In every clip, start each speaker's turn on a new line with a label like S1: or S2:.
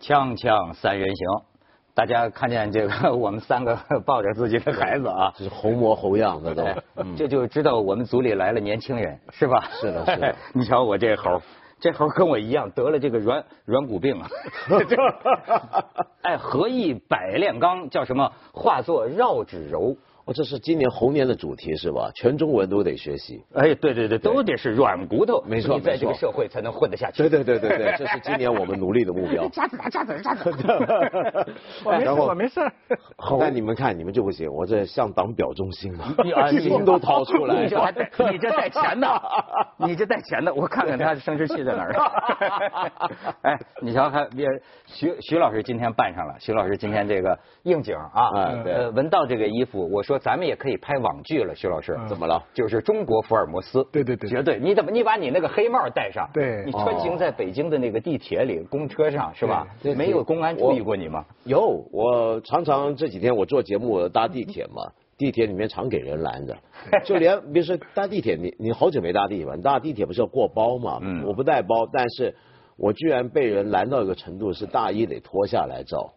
S1: 锵锵三人行，大家看见这个 我们三个抱着自己的孩子啊，
S2: 这是猴模猴样 的都。
S1: 哎这就知道我们组里来了年轻人，是吧？
S2: 嗯是的是的
S1: 你瞧我这猴，这猴跟我一样得了这个软软骨病啊。 这哎，何以百炼钢叫什么？化作绕指柔。
S2: 哦，这是今年猴年的主题是吧？全中文都得学习。
S1: 哎，对对对，都得是软骨头，
S2: 没错
S1: 你在这个
S2: 没错
S1: 社会才能混得下去。
S2: 对对对对对，这是今年我们努力的目
S1: 。
S2: 标
S1: 夹子打，夹子夹子。
S3: 我没事，
S2: 然后
S3: 我没事。
S2: 但你们看，你们就不行，我这向党表忠心嘛
S1: 你啊，，你
S2: 心都掏出来
S1: 你这 还带，你这带钱的，你这带钱的，我看看他生殖器在 哪儿。哎，你瞧，还别徐徐老师今天扮上了，徐老师今天这个应景啊，
S2: 哎对
S1: 呃，闻到这个衣服，我说咱们也可以拍网剧了，徐老师
S3: 嗯
S2: 怎么了？
S1: 就是中国福尔摩斯，
S3: 对对对
S1: 绝对！你怎么你把你那个黑帽戴上？
S3: 对
S1: 你穿行在北京的那个地铁里、公车上是吧？
S2: 哦对
S1: 没有公安注意过你吗？
S2: 有，我常常这几天我做节目，我搭地铁 嘛，地铁里面常给人拦着，就连比如说搭地铁，你你好久没搭地铁吧？你搭地铁不是要过包嘛？
S1: 嗯
S2: 我不带包，但是我居然被人拦到一个程度，是大衣得脱下来照，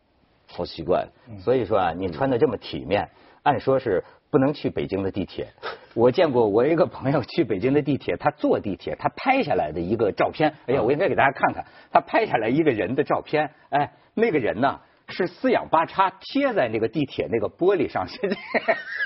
S2: 好奇怪。
S3: 嗯
S1: 所以说啊，你穿的这么体面，按说是不能去北京的地铁。我见过我一个朋友去北京的地铁，他坐地铁，他拍下来的一个照片。哎呀，
S3: 嗯
S1: 我应该给大家看看，他拍下来一个人的照片。哎，那个人呢是四仰八叉贴在那个地铁那个玻璃上，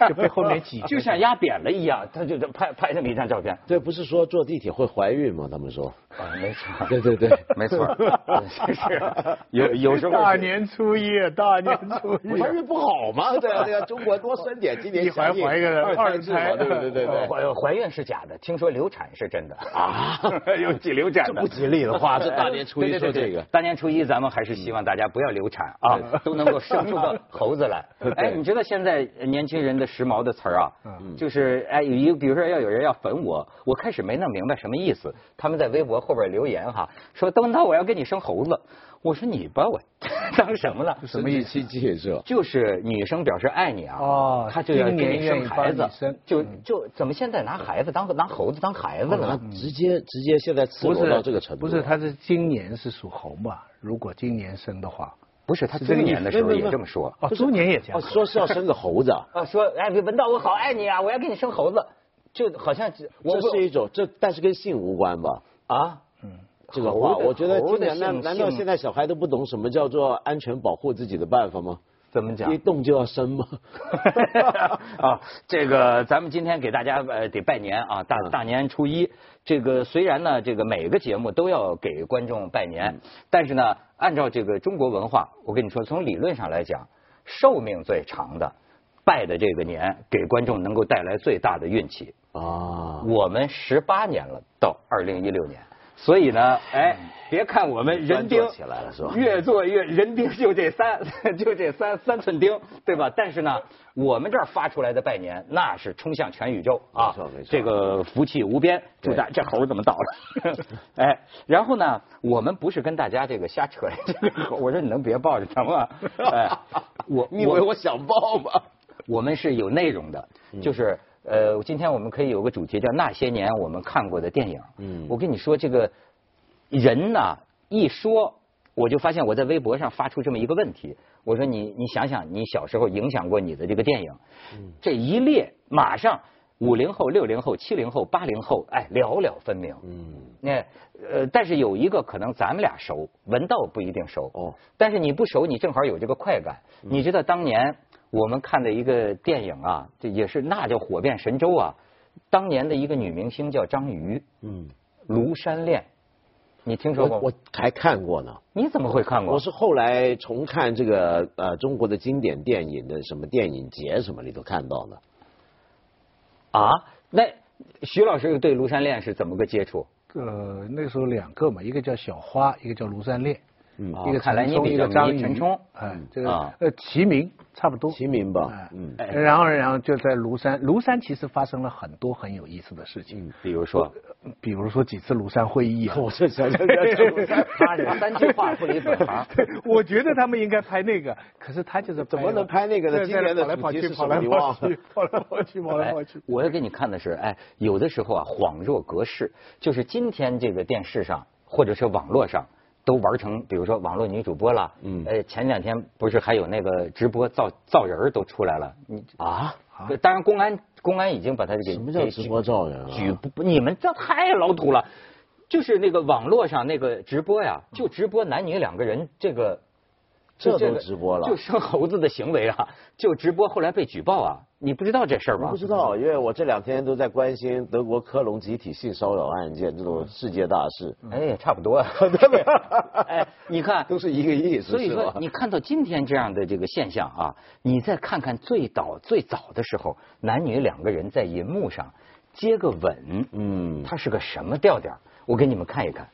S3: 就被后面挤
S1: 就像压扁了一样，他就这拍拍这么一张照片。
S2: 对，不是说坐地铁会怀孕吗？他们说。
S1: 啊，没错，
S2: 对对对，
S1: 没错， 是是，有有时候
S3: 大
S1: 是
S3: 年初一，大年初 一，
S2: 怀孕不好吗？对啊对啊，中国多生点，今
S3: 一
S2: 年
S3: 怀
S2: 响应
S3: 怀个
S2: 二胎
S3: 二胎
S2: 嘛，对对对对。
S1: 呃怀怀孕是假的，听说流产是真的
S2: 啊，
S1: 有几流产
S2: 这
S1: 的
S2: 不。吉利的话，这大年 初一
S1: 对对
S2: 说
S1: 对
S2: 这
S1: 对
S2: 个，嗯
S1: 大年初一咱们还是希望大家不要流产啊，都能够生出 个猴子来。哎，你知道现在年轻人的时髦的词儿啊，
S2: 嗯
S1: 就是哎，有一个比如说要有人要粉我，我开始没弄明白什么意思，他们在微博后边留言哈，说邓文涛我要跟你生猴子，我说你把我 当什么了？
S2: 什么一期季是吧？
S1: 就是女生表示爱你啊，
S3: 哦
S1: 她就要给
S3: 今年
S1: 你生嗯
S3: 愿意帮
S1: 孩子
S3: 你生，
S1: 就就怎么现在拿孩子当拿猴子当孩子了
S2: 那
S1: 呢？
S2: 直接直接现在赤
S3: 不
S2: 裸
S3: 是
S2: 到这个程度
S3: 不
S2: 了，
S3: 是，他是今年是属猴嘛？如果今年生的话，
S1: 不是，她
S3: 是这个
S1: 中
S3: 意思
S1: 年的时候也这么说。
S3: 哦，猪年也这
S2: 哦，
S3: 样。
S2: 说是要生个猴子啊，
S1: 啊，说哎，文道我好爱你啊，我要给你生猴子，就好像我
S2: 这是一种这，但是跟性无关吧？
S1: 啊，
S2: 这个
S1: 猴
S2: 话，
S1: 的
S2: 我觉得
S1: 猴
S2: 听
S1: 的
S2: 起来难
S1: 性
S2: 难道
S1: 性
S2: 现在小孩都不懂什么叫做安全保护自己的办法吗？
S1: 怎么讲
S2: 一？动就要生吗？
S1: 啊，这个咱们今天给大家呃得拜年啊，大大年初一。这个虽然呢，这个每个节目都要给观众拜年，但是呢，按照这个中国文化，我跟你说，从理论上来讲，寿命最长的拜的这个年，给观众能够带来最大的运气。
S2: 啊，
S1: 我们十八年了，到二零一六年，所以呢，哎，别看我们人丁
S2: 端坐起来了是吧
S1: 越做越人丁就这三， 就这三三寸丁，对吧？但是呢，我们这儿发出来的拜年，那是冲向全宇宙啊
S2: 没错没错！
S1: 这个福气无边，祝大这猴儿怎么倒了？ 哎，然后呢，我们不是跟大家这个瞎扯这个猴，我说你能别抱着它吗？哎，我
S2: 你以为我想抱吗？
S1: 我们是有内容的，
S2: 嗯
S1: 就是呃，今天我们可以有个主题叫那些年我们看过的电影。
S2: 嗯
S1: 我跟你说，这个人呐，一说，我就发现我在微博上发出这么一个问题，我说你你想想，你小时候影响过你的这个电影，
S2: 嗯
S1: 这一列马上五零后、六零后、七零后、八零后，哎，寥寥分明。
S2: 嗯，
S1: 那呃，但是有一个可能咱们俩熟，文道不一定熟。
S2: 哦，
S1: 但是你不熟，你正好有这个快感。你知道当年我们看的一个电影啊，这也是那叫火遍神州啊。当年的一个女明星叫张瑜，
S2: 嗯，
S1: 《庐山恋》，你听说过
S2: 我
S1: 吗？嗯
S2: 我还看过呢。
S1: 你怎么会看
S2: 我
S1: 过？
S2: 是后来重看这个呃中国的经典电影的什么电影节什么里头看到的，
S1: 啊，那徐老师对《庐山恋》是怎么个接触？
S3: 呃，那个时候两个嘛，一个叫小花，一个叫庐山恋，
S2: 嗯
S3: 一
S1: 哦
S3: 个
S1: 看来
S3: 陈
S1: 你
S3: 冲，
S1: 比
S3: 一
S1: 较
S3: 个张
S1: 迷
S3: 宇
S1: 陈冲
S3: 哎
S1: 嗯，
S3: 这个
S1: 啊
S3: 呃齐名差不多。
S2: 齐名吧
S3: 哎，
S2: 嗯，
S3: 然后然后就在庐山，庐山其实发生了很多很有意思的事情，
S1: 比如说，
S3: 比如说几次庐山会议啊，
S2: 嗯 我是想想想，
S1: 他这三句话不离本行。
S3: 我觉得他们应该拍那个，可是他就是
S2: 怎么能拍那个呢
S3: 在
S2: 今年的
S3: 跑来跑
S2: 主题
S3: 去，
S2: 是
S3: 跑
S2: 什么
S3: 来
S2: 你
S3: 跑
S2: 忘了
S3: 去，跑来跑 去，跑来
S1: 哎
S3: 跑去。，
S1: 我要给你看的是，哎，有的时候啊，恍若隔世，就是今天这个电视上或者是网络上都玩成，比如说网络女主播了，
S2: 嗯
S1: 呃，前两天不是还有那个直播造造人儿都出来了，你
S2: 啊？
S3: 啊
S1: 当然公安公安已经把他给
S2: 什么叫
S1: 给
S2: 直播造人啊
S1: 举不不，你们这太老土了，就是那个网络上那个直播呀，就直播男女两个人这个，
S2: 嗯这
S1: 就
S2: 都
S1: 个
S2: 直播了
S1: 就生猴子的行为啊，就直播后来被举报啊，你不知道这事儿
S2: 我
S1: 吗
S2: 不？知道，因为我这两天都在关心德国科隆集体性骚扰案件这种世界大事，
S1: 哎，差不多， 哎，你看，
S2: 都是一个意思，
S1: 所以
S2: 是
S1: 说
S2: 吧，？
S1: 你看到今天这样的这个现象啊，你再看看最早最早的时候，男女两个人在银幕上接个吻，
S2: 嗯
S1: 它是个什么调调儿？我给你们看一看。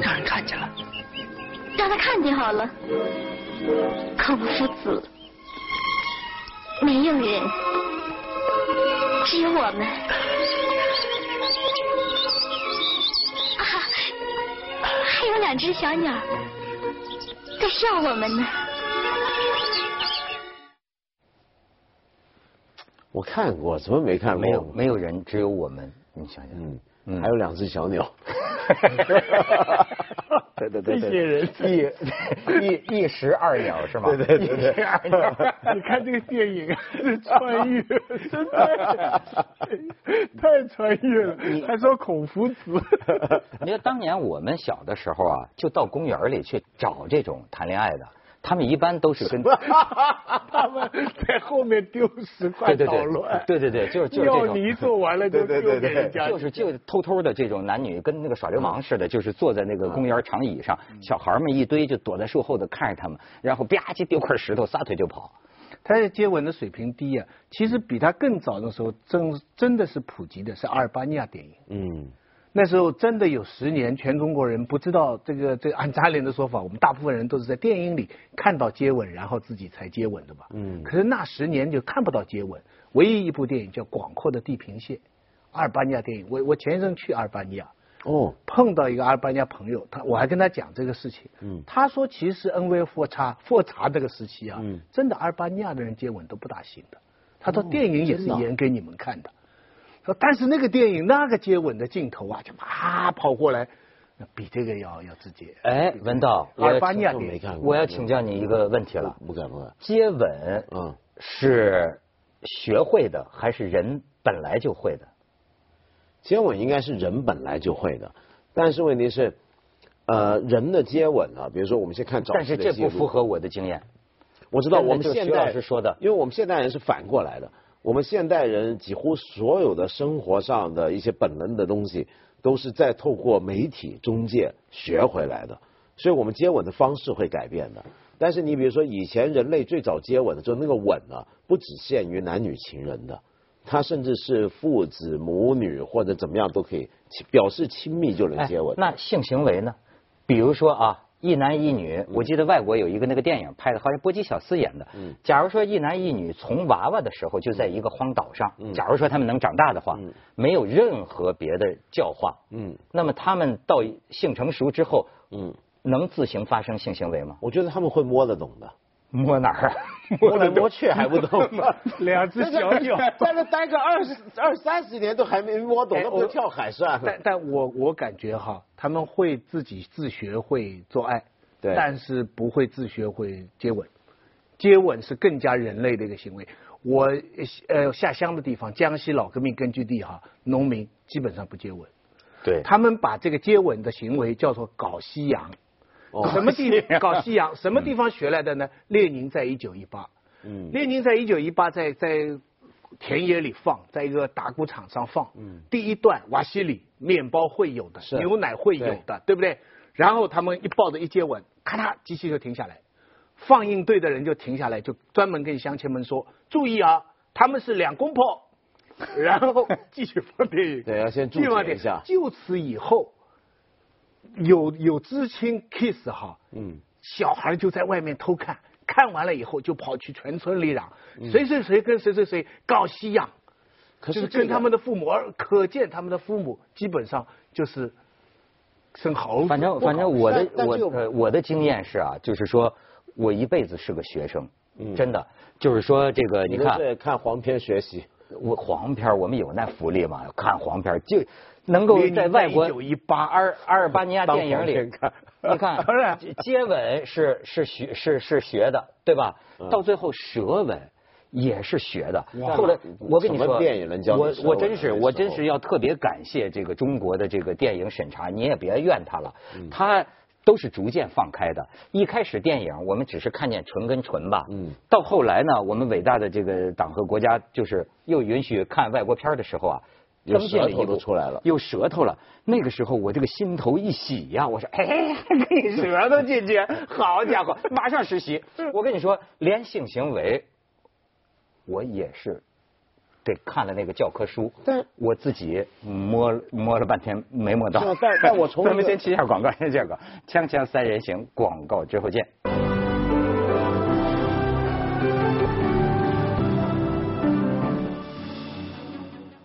S4: 让人看见了。
S5: 让他看见好了。孔夫子，没有人，只有我们。啊，还有两只小鸟儿在笑我们呢。
S2: 我看过，怎么没看过？
S1: 没有，没有人，只有我们。你想想，
S2: 哦嗯，
S1: 嗯
S2: 还有两只小 鸟。对对对对，
S1: 一一一石二鸟是吗？
S2: 对对对对
S1: 一石二鸟。
S3: 你看这个电影啊，这穿越，真的太穿越了，还说孔夫子。
S1: 你看当年我们小的时候啊，就到公园里去找这种谈恋爱的，他们一般都是跟
S3: 他们在后面丢石块
S1: 对对
S3: 捣
S1: 对
S3: 乱，
S1: 对对对就是就是这
S3: 尿
S1: 种
S3: 泥做完了就
S2: 对对
S3: 丢
S2: 对
S3: 给人家，
S1: 就是嗯就偷偷的这种男女跟那个耍流氓似的，就是坐在那个公园长椅上，小孩们一堆就躲在树后头看着他们，然后吧唧丢块石头，撒腿就跑。
S3: 他的接吻的水平低啊，其实比他更早的时候真真的是普及的是阿尔巴尼亚电影。
S2: 嗯，
S3: 那时候真的有十年，全中国人不知道这个这个按扎林的说法，我们大部分人都是在电影里看到接吻，然后自己才接吻的吧。
S2: 嗯
S3: 可是那十年就看不到接吻，唯一一部电影叫《广阔的地平线》，阿尔巴尼亚电影。我我前一阵去阿尔巴尼亚，
S2: 哦，
S3: 碰到一个阿尔巴尼亚朋友，他我还跟他讲这个事情，
S2: 嗯
S3: 他说其实恩威复查复查这个时期啊，
S2: 嗯
S3: 真的阿尔巴尼亚的人接吻都不大行的，他说电影也是
S2: 真的啊
S3: 演给你们看的，说但是那个电影那个接吻的镜头啊，就啪跑过来，那比这个要要直接，
S1: 哎，文道，
S3: 阿尔巴尼亚
S2: 哎我
S3: 电
S2: 没
S3: 影
S2: 看过。
S1: 我要请嗯教你一个问题了，
S2: 不敢不敢。
S1: 接吻
S2: 嗯，
S1: 是学会的还是人本来就会的？
S2: 接吻应该是人本来就会的，但是问题是，呃，人的接吻啊，比如说我们先看早
S1: 但
S2: 期
S1: 是
S2: 的
S1: 这
S2: 记录
S1: 不符合我的经验。
S2: 我知道
S1: 真的
S2: 我们
S1: 就是
S2: 现
S1: 徐
S2: 代
S1: 老师说的
S2: 因为我们现代人是反过来的，我们现代人几乎所有的生活上的一些本能的东西，都是在透过媒体中介学回来的，所以我们接吻的方式会改变的。但是你比如说，以前人类最早接吻的时候，那个吻呢、不只限于男女情人的，它甚至是父子、母女或者怎么样都可以亲表示亲密就能
S1: 哎
S2: 接吻。
S1: 那性行为呢？比如说啊，一男一女，我记得外国有一个那个电影拍的，好像波基小斯演的。
S2: 嗯
S1: 假如说一男一女从娃娃的时候就在一个荒岛上，
S2: 嗯
S1: 假如说他们能长大的话，
S2: 嗯
S1: 没有任何别的教化，
S2: 嗯
S1: 那么他们到性成熟之后，
S2: 嗯，
S1: 能自行发生性行为吗？
S2: 我觉得他们会摸得懂的。
S1: 摸哪儿啊？
S2: 摸来摸去还不懂吗？
S3: 两只小鸟。
S2: 在那待个二十二三十年都还没摸懂，那不是跳海 算了
S3: 哎但？但我我感觉哈，他们会自己自学会做爱，
S2: 对
S3: 但是不会自学会接吻。接吻是更加人类的一个行为。我呃下乡的地方，江西老革命根据地哈，农民基本上不接吻，
S1: 对，
S3: 他们把这个接吻的行为叫做搞西洋。
S2: 哦
S3: 什么地搞西洋？什么地方学来的呢？列宁在一九一八，
S2: 嗯
S3: 列宁在一九一八在在田野里放，在一个打谷场上放。
S2: 嗯
S3: 第一段瓦西里面包会有的，
S2: 是
S3: 牛奶会有的，对不对？然后他们一抱着一接吻，咔嗒，机器就停下来，放映队的人就停下来，就专门跟乡亲们说：注意啊，他们是两 公婆。然后继续放电影。
S2: 对要先注解
S3: 继续放电影
S2: 一下
S3: 就此以后，有有知青 kiss 哈，
S2: 嗯，
S3: 小孩就在外面偷看，看完了以后就跑去全村里嚷，谁谁谁跟谁谁谁搞西洋，
S2: 嗯可是
S3: 就是
S2: 这
S3: 跟
S2: 个
S3: 他们的父母，而可见他们的父母基本上就是生猴子。
S1: 反正反正我的
S2: 但但
S1: 我
S2: 这个
S1: 呃我的经验是啊，就是说我一辈子是个学生，真的就是说这个你
S2: 嗯你
S1: 看
S2: 看看黄片学习，
S1: 我黄片儿我们有那福利嘛，看黄片儿就能够
S3: 列宁
S1: 在外国
S3: 在1918
S1: 阿尔阿尔巴尼亚电影
S2: 当黄
S1: 里
S2: 片看，
S1: 你 看
S3: 当然
S1: 接接吻是是学是是学的，对吧？到最后舌吻。也是学的。
S2: 嗯哇
S1: 后来我跟你
S2: 什
S1: 说，
S2: 么电影能教你
S1: 我
S2: 舌吻
S1: 我
S2: 啊
S1: 真是
S2: 那时候
S1: 我真是要特别感谢这个中国的这个电影审查，你也别怨他了，
S2: 嗯
S1: 他都是逐渐放开的。一开始电影我们只是看见唇跟唇吧，
S2: 嗯
S1: 到后来呢，我们伟大的这个党和国家就是又允许看外国片儿的时候啊，
S2: 有
S1: 刚进了一
S2: 舌头
S1: 步
S2: 都出来了
S1: 有舌头了。那个时候我这个心头一喜呀、 我说哎，给 舌头进去，好家伙，马上实习。我跟你说，连性行为，我也是。得看了那个教科书，
S2: 但
S1: 我自己摸摸了半天没摸到
S2: 啊但。但我 从
S1: 咱们
S2: 一个
S1: 先切一下广告，先切广告，锵锵三人行，广告之后见。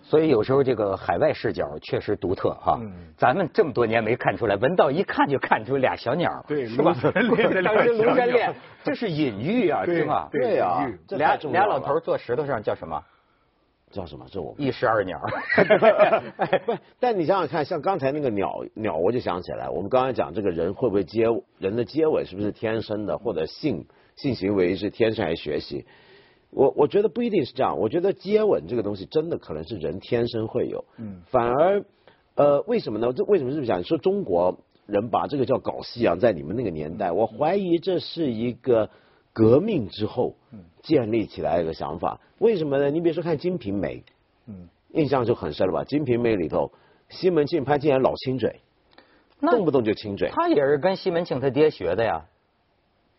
S1: 所以有时候这个海外视角确实独特哈、
S3: 嗯
S1: 咱们这么多年没看出来，文道一看就看出俩小鸟儿，
S3: 对
S1: 是吧？
S3: 庐山 恋的俩
S1: 当时
S3: 小
S1: 庐山
S3: 鸟
S1: 恋，这是隐喻啊，
S3: 对
S1: 是吧？
S3: 对
S2: 对啊
S3: 嗯，
S2: 这
S1: 俩
S2: 太重要
S1: 俩老
S2: 了
S1: 头儿坐石头上叫什么？
S2: 叫什么？这我不
S1: 一石二鸟。
S2: 哎不，但你想想看，像刚才那个鸟鸟，我就想起来，我们刚才讲这个人会不会接人的接吻是不是天生的，或者性性行为是天生还是学习？我我觉得不一定是这样，我觉得接吻这个东西真的可能是人天生会有，嗯，反而呃，为什么呢？这为什么这么讲？你说中国人把这个叫搞西洋，在你们那个年代，我怀疑这是一个革命之后建立起来的一个想法。为什么呢？你比如说看《金瓶梅》，印象就很深了吧？《金瓶梅》里头，西门庆他竟然老亲嘴，动不动就亲嘴。
S1: 他也是跟西门庆他爹学的呀。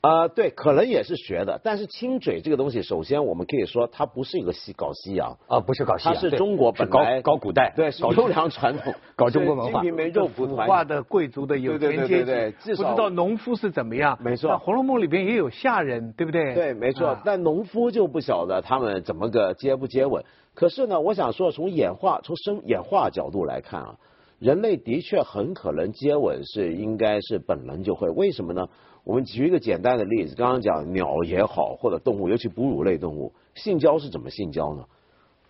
S2: 啊、对，可能也是学的，但是亲嘴这个东西，首先我们可以说它不是一个西搞西洋，
S1: 啊，不是搞西
S2: 它
S1: 洋，
S2: 是
S1: 对
S2: 中国
S1: 是
S2: 本来
S1: 搞搞古代，
S2: 对，是
S1: 搞
S2: 优良传统，
S1: 搞中国文化
S2: 金瓶梅肉蒲
S3: 腐
S2: 团
S3: 化的贵族的有
S2: 对对
S3: 钱
S2: 对
S3: 阶
S2: 对对
S3: 级，
S2: 至
S3: 不
S2: 少
S3: 知道农夫是怎么样。
S2: 没错
S3: 那《红楼梦》里边也有下人，对不对？
S2: 对，没错
S3: 啊。
S2: 但农夫就不晓得他们怎么个接不接吻。可是呢，我想说，从演化、从生演化角度来看啊，人类的确很可能接吻是应该是本能就会。为什么呢？我们举一个简单的例子，刚刚讲鸟也好，或者动物，尤其哺乳类动物，性交是怎么性交呢？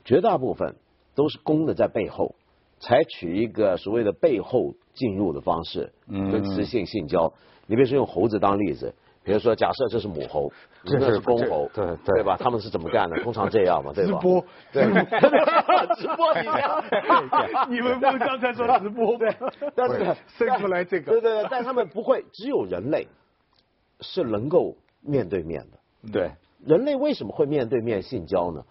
S2: 绝大部分都是公的在背后，采取一个所谓的背后进入的方式，
S1: 嗯
S2: 跟雌性性交。你比如说用猴子当例子，比如说假设这是母猴，
S1: 这
S2: 那
S1: 是
S2: 是公猴，
S1: 这对对
S2: 对吧？他们是怎么干的？通常这样嘛，对吧？
S3: 直播
S2: 对，
S3: 直播你 看， 你们不是刚才说直播吗？
S2: 但是
S3: 生出来这
S2: 对对
S3: 个，
S2: 对，但他们不会，只有人类是能够面对面的。
S1: 对。
S2: 人类为什么会面对面性交呢？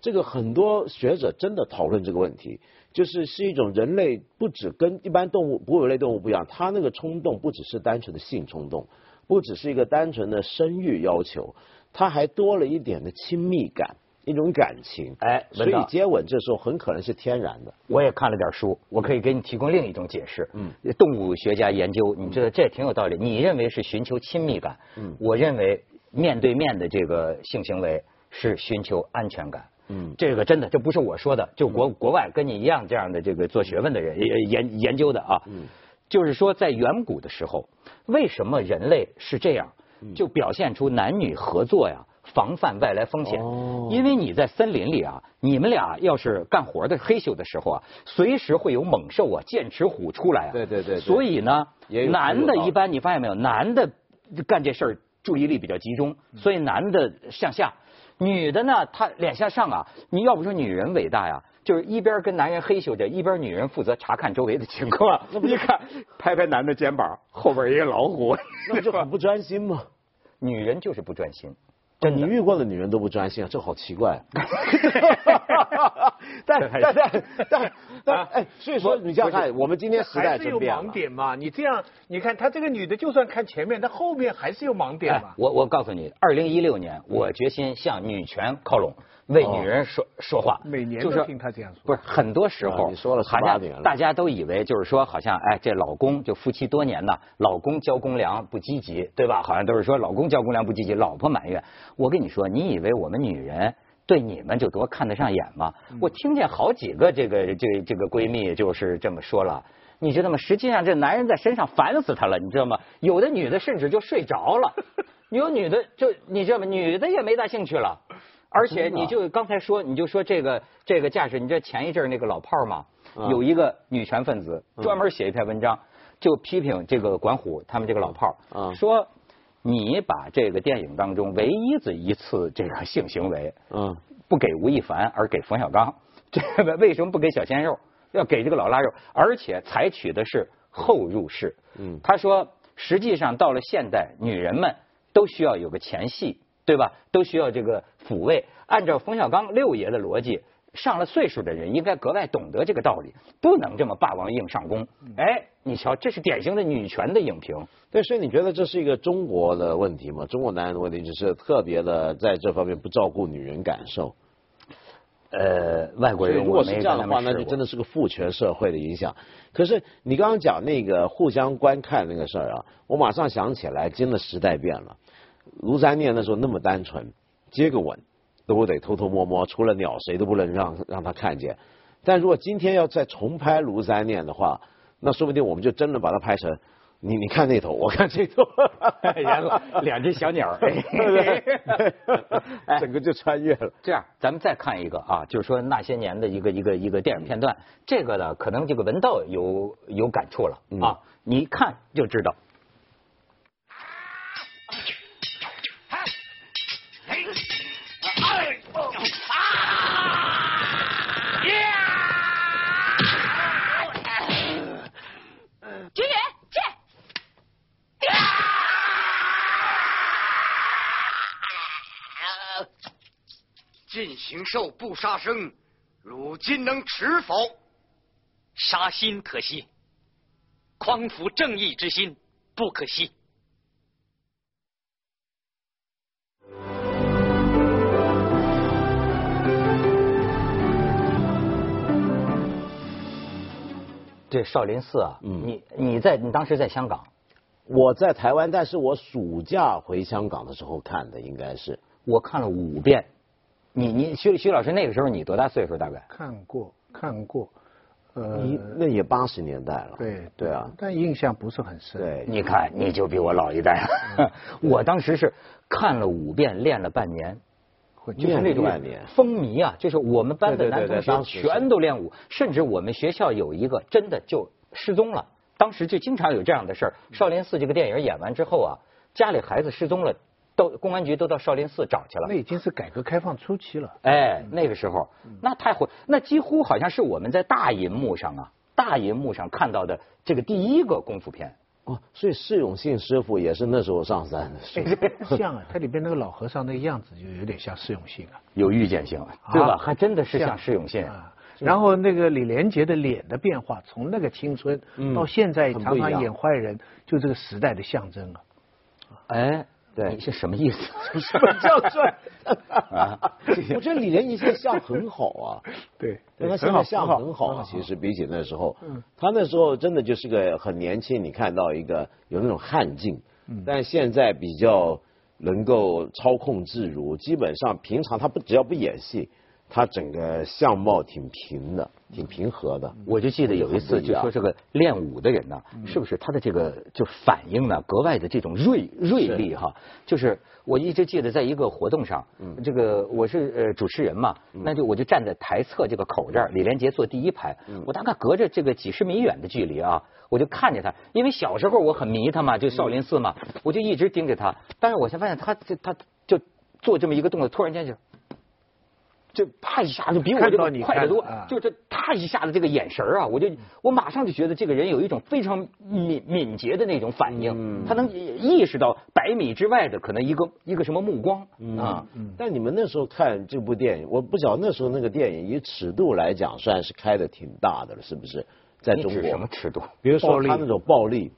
S2: 这个很多学者真的讨论这个问题，就是是一种人类不只跟一般动物哺乳类动物不一样，它那个冲动不只是单纯的性冲动，不只是一个单纯的生育要求，它还多了一点的亲密感，一种感情。
S1: 哎
S2: 所
S1: 文
S2: 以
S1: 道
S2: 接吻这时候很可能是天然的。
S1: 我也看了点书，我可以给你提供另一种解释。嗯，动物学家研究，你知道这也挺有道理。你认为是寻求亲密感，嗯，我认为面对面的这个性行为是寻求安全感。嗯，这个真的，这不是我说的，就国国外跟你一样这样的这个做学问的人呃研研究的啊。嗯，就是说在远古的时候，为什么人类是这样，就表现出男女合作呀，防范外来风险。
S2: 哦
S1: 因为你在森林里啊，你们俩要是干活的黑咻的时候啊，随时会有猛兽啊、剑齿虎出来啊。
S2: 对对对对
S1: 所以呢，
S2: 也有
S1: 男的
S2: 有道理
S1: 一般你发现没有，男的干这事儿注意力比较集中，
S2: 嗯
S1: 所以男的向下，女的呢，她脸向上啊。你要不说女人伟大呀，就是一边跟男人黑咻着，一边女人负责查看周围的情况。 一看，拍拍男的肩膀，后边一个老虎。
S2: 那不就很不专心吗？
S1: 女人就是不专心，
S2: 真哦你遇过的女人都不专心啊，这好奇怪。啊 但但但但但哎，所以说你这样看，我们今天时代
S3: 还是
S2: 真
S3: 有
S2: 变了
S3: 盲。点嘛？你这样，你看她这个女的，就算看前面，她后面还是有盲点嘛
S1: 哎。我我告诉你，二零一六年我决心向女权靠拢，为女人说、说话。
S3: 哦每年
S1: 就
S3: 都
S1: 是
S3: 听他这样说
S1: 不是很多时候，
S2: 啊你说了
S1: 好
S2: 18
S1: 像
S2: 年了
S1: 大家都以为就是说，好像哎，这老公就夫妻多年呐，老公交公粮不积极，对吧？好像都是说老公交公粮不积极，老婆埋怨。我跟你说，你以为我们女人对你们就多看得上眼嘛。
S2: 嗯
S1: 我听见好几个这个这这个闺蜜就是这么说了。你知道吗？实际上这男人在身上烦死她了，你知道吗？有的女的甚至就睡着 了，有女的就你知道吗？女的也没大兴趣了。而且你就刚才说，你就说这个这个驾驶，你知道前一阵儿那个老炮儿嘛，
S2: 嗯
S1: 有一个女权分子专门写一篇文章，就批评这个管虎他们这个老炮
S2: 嗯
S1: 儿，说你把这个电影当中唯一的一次这个性行为，
S2: 嗯，
S1: 不给吴亦凡，而给冯小刚，这个为什么不给小鲜肉，要给这个老腊肉？而且采取的是后入式。
S2: 嗯
S1: 他说，实际上到了现代，女人们都需要有个前戏，对吧？都需要这个抚慰。按照冯小刚六爷的逻辑，上了岁数的人应该格外懂得这个道理，不能这么霸王硬上弓。哎，你瞧，这是典型的女权的影评。
S2: 对，所以你觉得这是一个中国的问题吗？中国男人的问题就是特别的在这方面不照顾女人感受。
S1: 呃，外国
S2: 所以
S1: 人
S2: 如
S1: 我
S2: 果是
S1: 没
S2: 这
S1: 跟
S2: 样的
S1: 他
S2: 话，
S1: 们试过，
S2: 那就真的是个父权社会的影响。可是你刚刚讲那个互相观看那个事儿啊，我马上想起来，真的时代变了。卢三念那时候那么单纯，接个吻都得偷偷摸摸，除了鸟谁都不能让让他看见。但如果今天要再重拍卢三念的话，那说不定我们就真的把它拍成你你看那头，我看 这头，
S1: 然后哎两只小鸟儿。
S2: 对
S1: 哎
S2: 整个就穿越了。
S1: 这样，咱们再看一个啊，就是说那些年的一个一个一个电影片段，这个呢，可能这个文道有有感触了啊，你一看就知道。
S5: 绝缘，去！
S6: 进行兽不杀生，汝今能持否？
S7: 杀心可惜，匡扶正义之心不可惜。
S1: 这少林寺啊，
S2: 嗯
S1: 你你在你当时在香港，
S2: 我在台湾，但是我暑假回香港的时候看的，应该是。
S1: 我看了五遍。你你徐徐老师那个时候你多大岁数大概？
S3: 看过看过，呃，
S2: 一那也八十年代了。
S3: 对
S2: 对啊，
S3: 但印象不是很深。
S2: 对，
S1: 你看你就比我老一代， 我当时是看了五遍，练了半年。
S3: 会
S1: 就
S2: 念
S1: 是那种
S2: 半年
S1: 风靡啊，就是我们班的
S2: 对对
S1: 男
S2: 对对
S1: 同
S2: 当时
S1: 学
S2: 是
S1: 全都练武，甚至我们学校有一个真的就失踪了。当时就经常有这样的事儿。少林寺这个电影演完之后啊，家里孩子失踪了，都公安局都到少林寺找去了
S3: 那。已经是改革开放初期了。
S1: 哎，
S2: 嗯
S1: 那个时候那太火，那几乎好像是我们在大银幕上啊，大银幕上看到的这个第一个功夫片。
S2: 哦，所以释永信师傅也是那时候上山的 师傅。
S3: 像啊，它里边那个老和尚那个样子就有点像释永信啊，
S1: 有预见性，对吧？
S3: 啊
S1: 还真的是像释永信，
S3: 啊。然后那个李连杰的脸的变化，从那个青春
S2: 嗯
S3: 到现在，
S2: 很
S3: 常
S2: 不一样
S3: 常演坏人，就这个时代的象征啊。
S1: 哎，
S2: 对
S1: 你是什么意思？
S3: 叫帅，
S2: 我觉得李连杰现在相很好啊，
S3: 对，
S2: 对他现在相很好嗯啊。其实比起那时候，他那时候真的就是个很年轻，你看到一个有那种悍劲，但现在比较能够操控自如，基本上平常他不只要不演戏，他整个相貌挺平的，挺平和的。
S3: 嗯
S1: 我就记得有一次，就说这个练武的人呢，是不是他的这个就反应呢格外的这种锐锐利哈？就是我一直记得在一个活动上，
S3: 嗯
S1: 这个我是呃主持人嘛，那就我就站在台侧这个口这儿，李连杰坐第一排，
S3: 嗯
S1: 我大概隔着这个几十米远的距离啊，我就看着他，因为小时候我很迷他嘛，
S3: 嗯
S1: 就少林寺嘛，我就一直盯着他，但是我才发现他这他就做这么一个动作，突然间就。就啪一下就比我这
S3: 看
S1: 个
S3: 到你
S1: 快得
S3: 看
S1: 多
S3: 啊，
S1: 就这他一下子这个眼神儿啊，我就
S2: 嗯
S1: 我马上就觉得这个人有一种非常敏敏捷的那种反
S2: 嗯
S1: 应，他能意识到百米之外的可能一个一个什么目光
S2: 嗯
S1: 啊，
S2: 但你们那时候看这部电影，我不晓得那时候那个电影以尺度来讲，算是开的挺大的了，是不是？在
S1: 你
S2: 中
S1: 指
S2: 国，
S1: 什么尺度？
S2: 比如
S3: 暴
S2: 说
S3: 力
S2: 他那种暴力，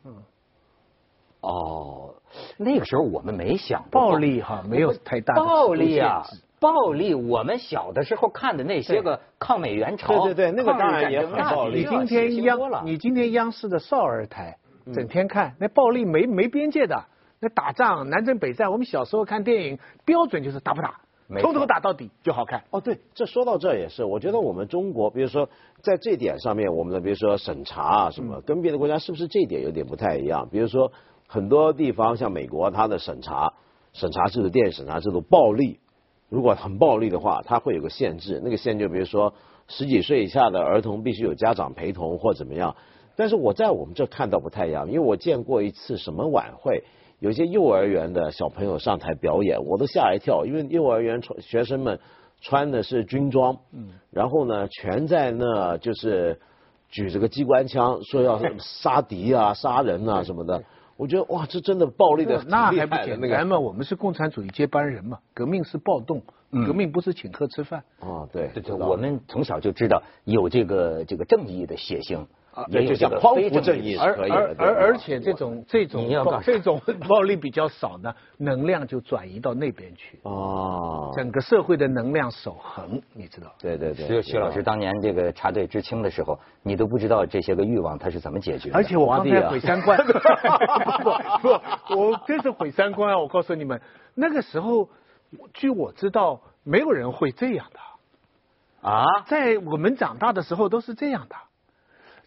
S1: 哦，那个时候我们没想过
S3: 暴力哈没有太大的
S1: 暴力啊
S3: 尺度限制，
S1: 暴力！我们小的时候看的那些个抗美援朝，
S2: 对对对那个
S1: 抗日
S2: 当然
S1: 战
S2: 也
S1: 争
S2: 很
S1: 那
S2: 暴
S1: 比
S2: 力
S3: 你
S1: 较
S3: 今
S1: 血
S3: 天
S1: 腥多了
S3: 央，你今天央视的少儿台，整天看那暴力没没边界的，那打仗南征北战，我们小时候看电影标准就是打不打，
S1: 没
S3: 从头
S1: 错
S3: 打到底就好看。
S2: 哦，对，这说到这儿也是，我觉得我们中国，比如说在这点上面，我们的比如说审查啊什么，跟别的国家是不是这一点有点不太一样？比如说很多地方像美国，它的审查、审查制度、电影审查制度暴力，如果很暴力的话，它会有个限制，那个限制就比如说十几岁以下的儿童必须有家长陪同或怎么样。但是我在我们这看到不太一样，因为我见过一次什么晚会，有些幼儿园的小朋友上台表演，我都吓一跳，因为幼儿园穿学生们穿的是军装，嗯，然后呢，全在那就是举着个机关枪，说要杀敌啊、杀人啊什么的。我觉得哇，这真的暴力的挺
S3: 那
S2: 厉
S3: 还不
S2: 害的
S3: 简
S2: 那
S3: 单
S2: 个
S3: 嘛？我们是共产主义接班人嘛，革命是暴动，革命不是请客吃饭。
S2: 哦，对，
S1: 对对，
S2: 知道
S1: 我们从小就知道有这个这个正义的血腥，也
S2: 啊对
S1: 有
S2: 就
S1: 这
S2: 像
S1: 个
S2: 匡
S1: 非
S2: 扶正义
S1: 义的
S2: 是
S3: 而
S2: 可以的
S3: 而
S2: 对
S3: 而
S2: 吧
S3: 而且这种这种
S1: 你要
S3: 暴
S1: 干啥
S3: 这种暴力比较少呢，能量就转移到那边去，
S2: 哦，
S3: 整个社会的能量守恒，你知道？
S2: 对对对，
S1: 只有徐老师
S2: 知道
S1: 当年这个插队知青的时候，你都不知道这些个欲望它是怎么解决的。
S3: 而且我刚
S1: 皇帝
S3: 才
S1: 啊
S3: 毁三观， 不不，我真是毁三观啊！我告诉你们，那个时候，据我知道，没有人会这样的。
S1: 啊，
S3: 在我们长大的时候都是这样的。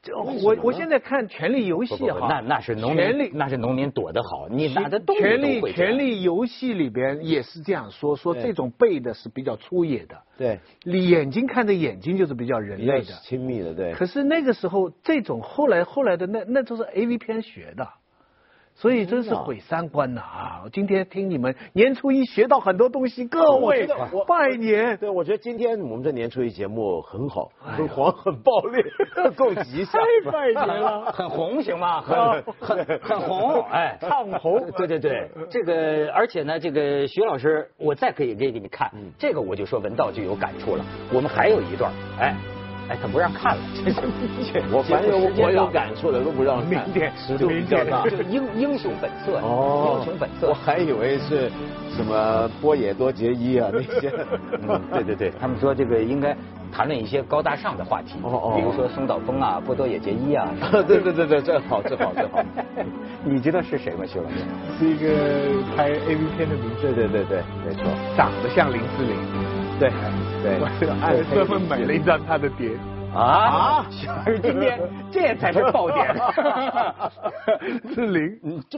S3: 这我我现在看《权力游戏
S1: 不不》嗯不
S3: 哈，
S1: 那那是农
S3: 权
S1: 民，
S3: 力
S1: 那是农民躲得好，你哪的动物
S3: 权
S1: 都
S3: 力
S1: 会这样
S3: 权力游戏里边也是这样说，说
S2: 对
S3: 这种背的是比较粗野的，
S2: 对，
S3: 你眼睛看着眼睛就是比较人
S2: 比较
S3: 类的。
S2: 亲密的，对。
S3: 可是那个时候，这种后来后来的那那都是 A V 片学的，所以真
S2: 哦
S3: 是毁三观呐啊！我今天听你们年初一学到很多东西，各
S2: 我觉
S3: 位
S2: 得我
S3: 拜年。
S2: 对，我觉得今天我们这年初一节目很好，很黄，很哎暴力，哎 够吉祥。
S3: 太拜年了！
S1: 啊 很红行 吗？很很很红，哎，
S3: 唱红
S1: 对对对，这个而且呢，这个徐老师，我再可以给给你看，
S3: 嗯
S1: 这个我就说文道就有感触了。我们还有一段，哎哎，他不让看了， 这是
S2: 我反正
S1: 节目
S2: 有
S1: 时间
S2: 我有
S1: 到
S2: 感触的都不让看
S3: 明天
S2: 尺度比
S3: 明哦
S2: 较
S3: 天
S2: 大
S1: 这。 就英英雄本色，英雄本色
S2: 哦我。还以为是什么波野多结衣 啊那些。
S1: 嗯，对对 对，他们说这个应该谈论一些高大上的话题，
S2: 哦哦
S1: 比如说松岛枫啊、波多野结衣啊。
S2: 对对对对，这好这好 这好。
S1: 你知道是谁吗，徐老师？
S3: 是一个拍 A V 片的名字，
S2: 对对对对，没错。
S3: 长得像林志玲。
S2: 对
S3: 哎
S2: 对，
S3: 我还专门买 了一张她的碟。
S1: 啊 啊，徐老师今天这才是爆点。
S3: 志玲，
S1: 嗯，这